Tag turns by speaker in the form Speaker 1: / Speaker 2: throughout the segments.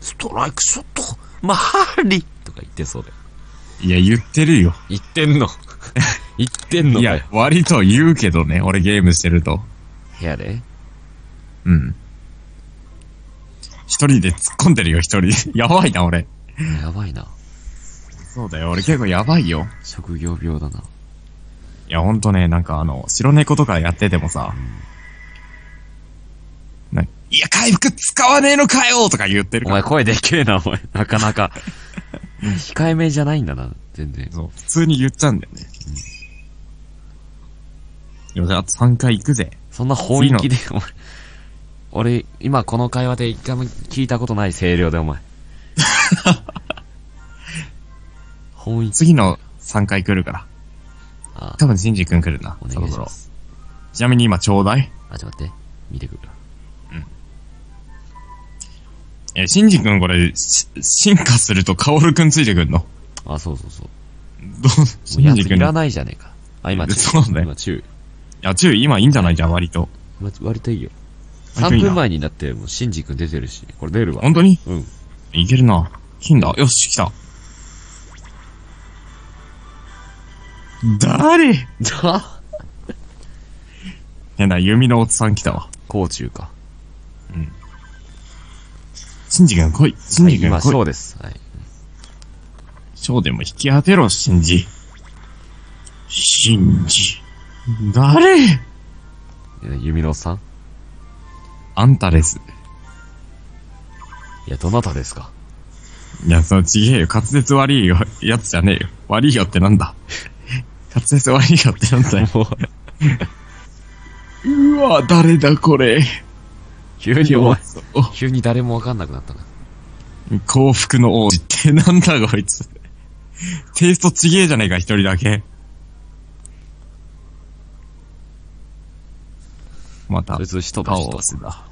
Speaker 1: ストライクショットマハリとか言ってそうだよ。
Speaker 2: いや、言ってるよ。
Speaker 1: 言って んの言ってんの
Speaker 2: い
Speaker 1: かよ
Speaker 2: や、割と言うけどね、俺ゲームしてると。
Speaker 1: 部屋で
Speaker 2: うん。一人で突っ込んでるよ、一人。 やばいな、俺。
Speaker 1: やばいな。
Speaker 2: そうだよ、俺結構やばいよ。
Speaker 1: 職業病だな。
Speaker 2: いや、ほんとね、なんかあの、白猫とかやっててもさ、ないや、回復使わねえのかよとか言ってる
Speaker 1: お
Speaker 2: か
Speaker 1: 前
Speaker 2: ら。
Speaker 1: 声でっけえな、お前。なかなか。控えめじゃないんだな、全然。
Speaker 2: そう、普通に言っちゃうんだよね。よし、あと3回行くぜ。
Speaker 1: そんな本意気で、俺、俺、今この会話で一回も聞いたことない声量で、お 前。本意気。
Speaker 2: 次の3回来るから。
Speaker 1: あ、
Speaker 2: 多分、シンジ君来るな
Speaker 1: お、
Speaker 2: そ
Speaker 1: 願
Speaker 2: ろ
Speaker 1: いし
Speaker 2: そろ
Speaker 1: ま。す。
Speaker 2: ちなみに今、ちょうだい。
Speaker 1: あ、ちょっと待って。見てくる。
Speaker 2: え、シンジ君これ、し進化するとカオル君ついてくんの
Speaker 1: あ、そうそうそう。
Speaker 2: どう、シ
Speaker 1: もう
Speaker 2: ン
Speaker 1: や
Speaker 2: ジ
Speaker 1: つ
Speaker 2: 君
Speaker 1: いらないじゃねえか。あ、今、
Speaker 2: そうだね
Speaker 1: 今、中。
Speaker 2: いや、注意、今いいんじゃないじゃん、割と。
Speaker 1: 今割といいよ。
Speaker 2: 割とい
Speaker 1: 3
Speaker 2: いな
Speaker 1: 分前になって、もう、シンジ君出てるし、これ出るわ。
Speaker 2: 本当に
Speaker 1: うん。
Speaker 2: いけるな。金だ。よし、来た。誰
Speaker 1: だ
Speaker 2: 変な、弓のおっさん来たわ。
Speaker 1: 甲中か。
Speaker 2: シンジ君来い。シン
Speaker 1: は
Speaker 2: ジ
Speaker 1: い、
Speaker 2: 君
Speaker 1: 今、
Speaker 2: 来い。
Speaker 1: そうです。はい。
Speaker 2: ショーでも引き当てろ、シンジ。シンジ。誰
Speaker 1: え弓野さん
Speaker 2: あんたです。
Speaker 1: いや、どなたですか
Speaker 2: いや、そのちげえよ。滑舌悪いよ。やつじゃねえよ。悪いよってなんだ。 滑舌悪いよってなんだよ。
Speaker 1: もう、
Speaker 2: うわ、誰だこれ。
Speaker 1: 急にお前、
Speaker 2: お
Speaker 1: 急に誰もわかんなくなったな。
Speaker 2: 幸福の王子ってなんだこいつ。テイストちげえじゃねえか、一人だけ。また
Speaker 1: そい、つ、人だ、
Speaker 2: 顔
Speaker 1: 人
Speaker 2: を。せだ。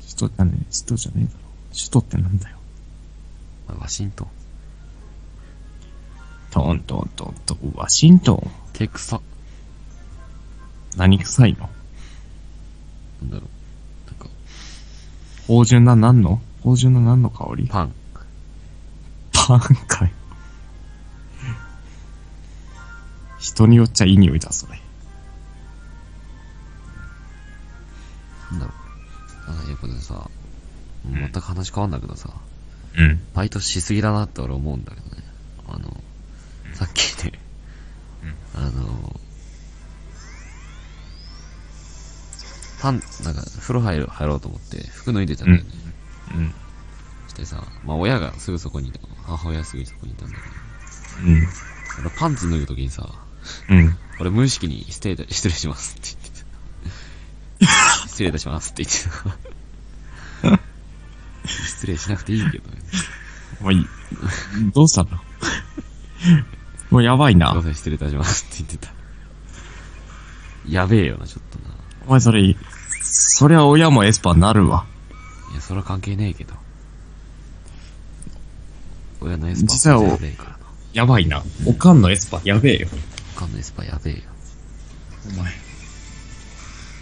Speaker 2: 首都じゃねえ、首都じゃねえだろ。首都ってなんだよ。
Speaker 1: ワシントン。
Speaker 2: トントントントン、ワシントン。
Speaker 1: 手草。
Speaker 2: 何臭いの
Speaker 1: なんだろう。なんか、
Speaker 2: 芳醇な何の芳醇な何の香り
Speaker 1: パン。
Speaker 2: パンかい。人によっちゃいい匂いだ、それ。
Speaker 1: なんだろう。あ、やっぱでさ、全く話変わんだけどさ、
Speaker 2: うん。
Speaker 1: バイトしすぎだなって俺思うんだけどね。あの、さっきね、あの、パン、なんか、風呂入る、入ろうと思って、服脱いでたんだよね。
Speaker 2: うん。
Speaker 1: してさ、まあ親がすぐそこにいた、母親すぐそこにいたんだけど、俺パンツ脱ぐときにさ、
Speaker 2: うん。うん。
Speaker 1: 俺無意識に失礼だ、失礼しますって言って た。失礼いたしますって言ってた。失礼しなくていいけどね。
Speaker 2: もういい。どうしたのもうやばい
Speaker 1: すいま
Speaker 2: な。
Speaker 1: せん、失礼いたしますって言ってた。 やべえよな、ちょっとな。
Speaker 2: お前それ、そりゃ親もエスパーなるわ。
Speaker 1: いや、それは関係ねえけど。親のエスパ
Speaker 2: 実は
Speaker 1: ー
Speaker 2: お
Speaker 1: やべえからな。
Speaker 2: やばいな。おかんのエスパーやべえよ。
Speaker 1: 他のエスパーやべえよ。
Speaker 2: お前。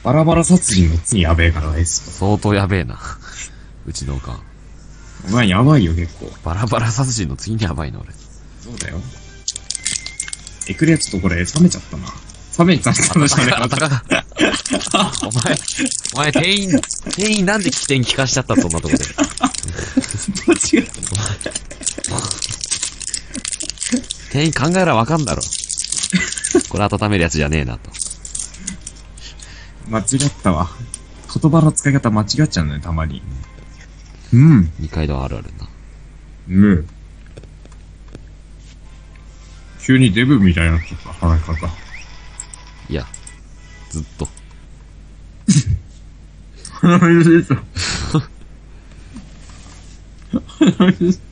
Speaker 2: バラバラ殺人の罪やべえからエス
Speaker 1: 相当やべえな。 うちのおかん。
Speaker 2: パー。お前やばいよ結構。
Speaker 1: バラバラ殺人の次にやばいな、俺。
Speaker 2: そうだよ。エクレアちょっとこれ冷めちゃったな。冷めちゃったのじゃ ねえ
Speaker 1: あたか が。お前、お前、店員、店員なんで起点聞かしちゃった、そんなとこで。
Speaker 2: 間違った。
Speaker 1: 店員考えらわかん だろ。これ温めるやつじゃねえな、と。
Speaker 2: 間違ったわ。言葉の使い方間違っちゃうのね、たまに。うん。
Speaker 1: 二階堂あるあるな。
Speaker 2: うん。急にデブみたいになっちゃった、話し方。
Speaker 1: いや、ずっと。
Speaker 2: 鼻水出た。鼻水出た。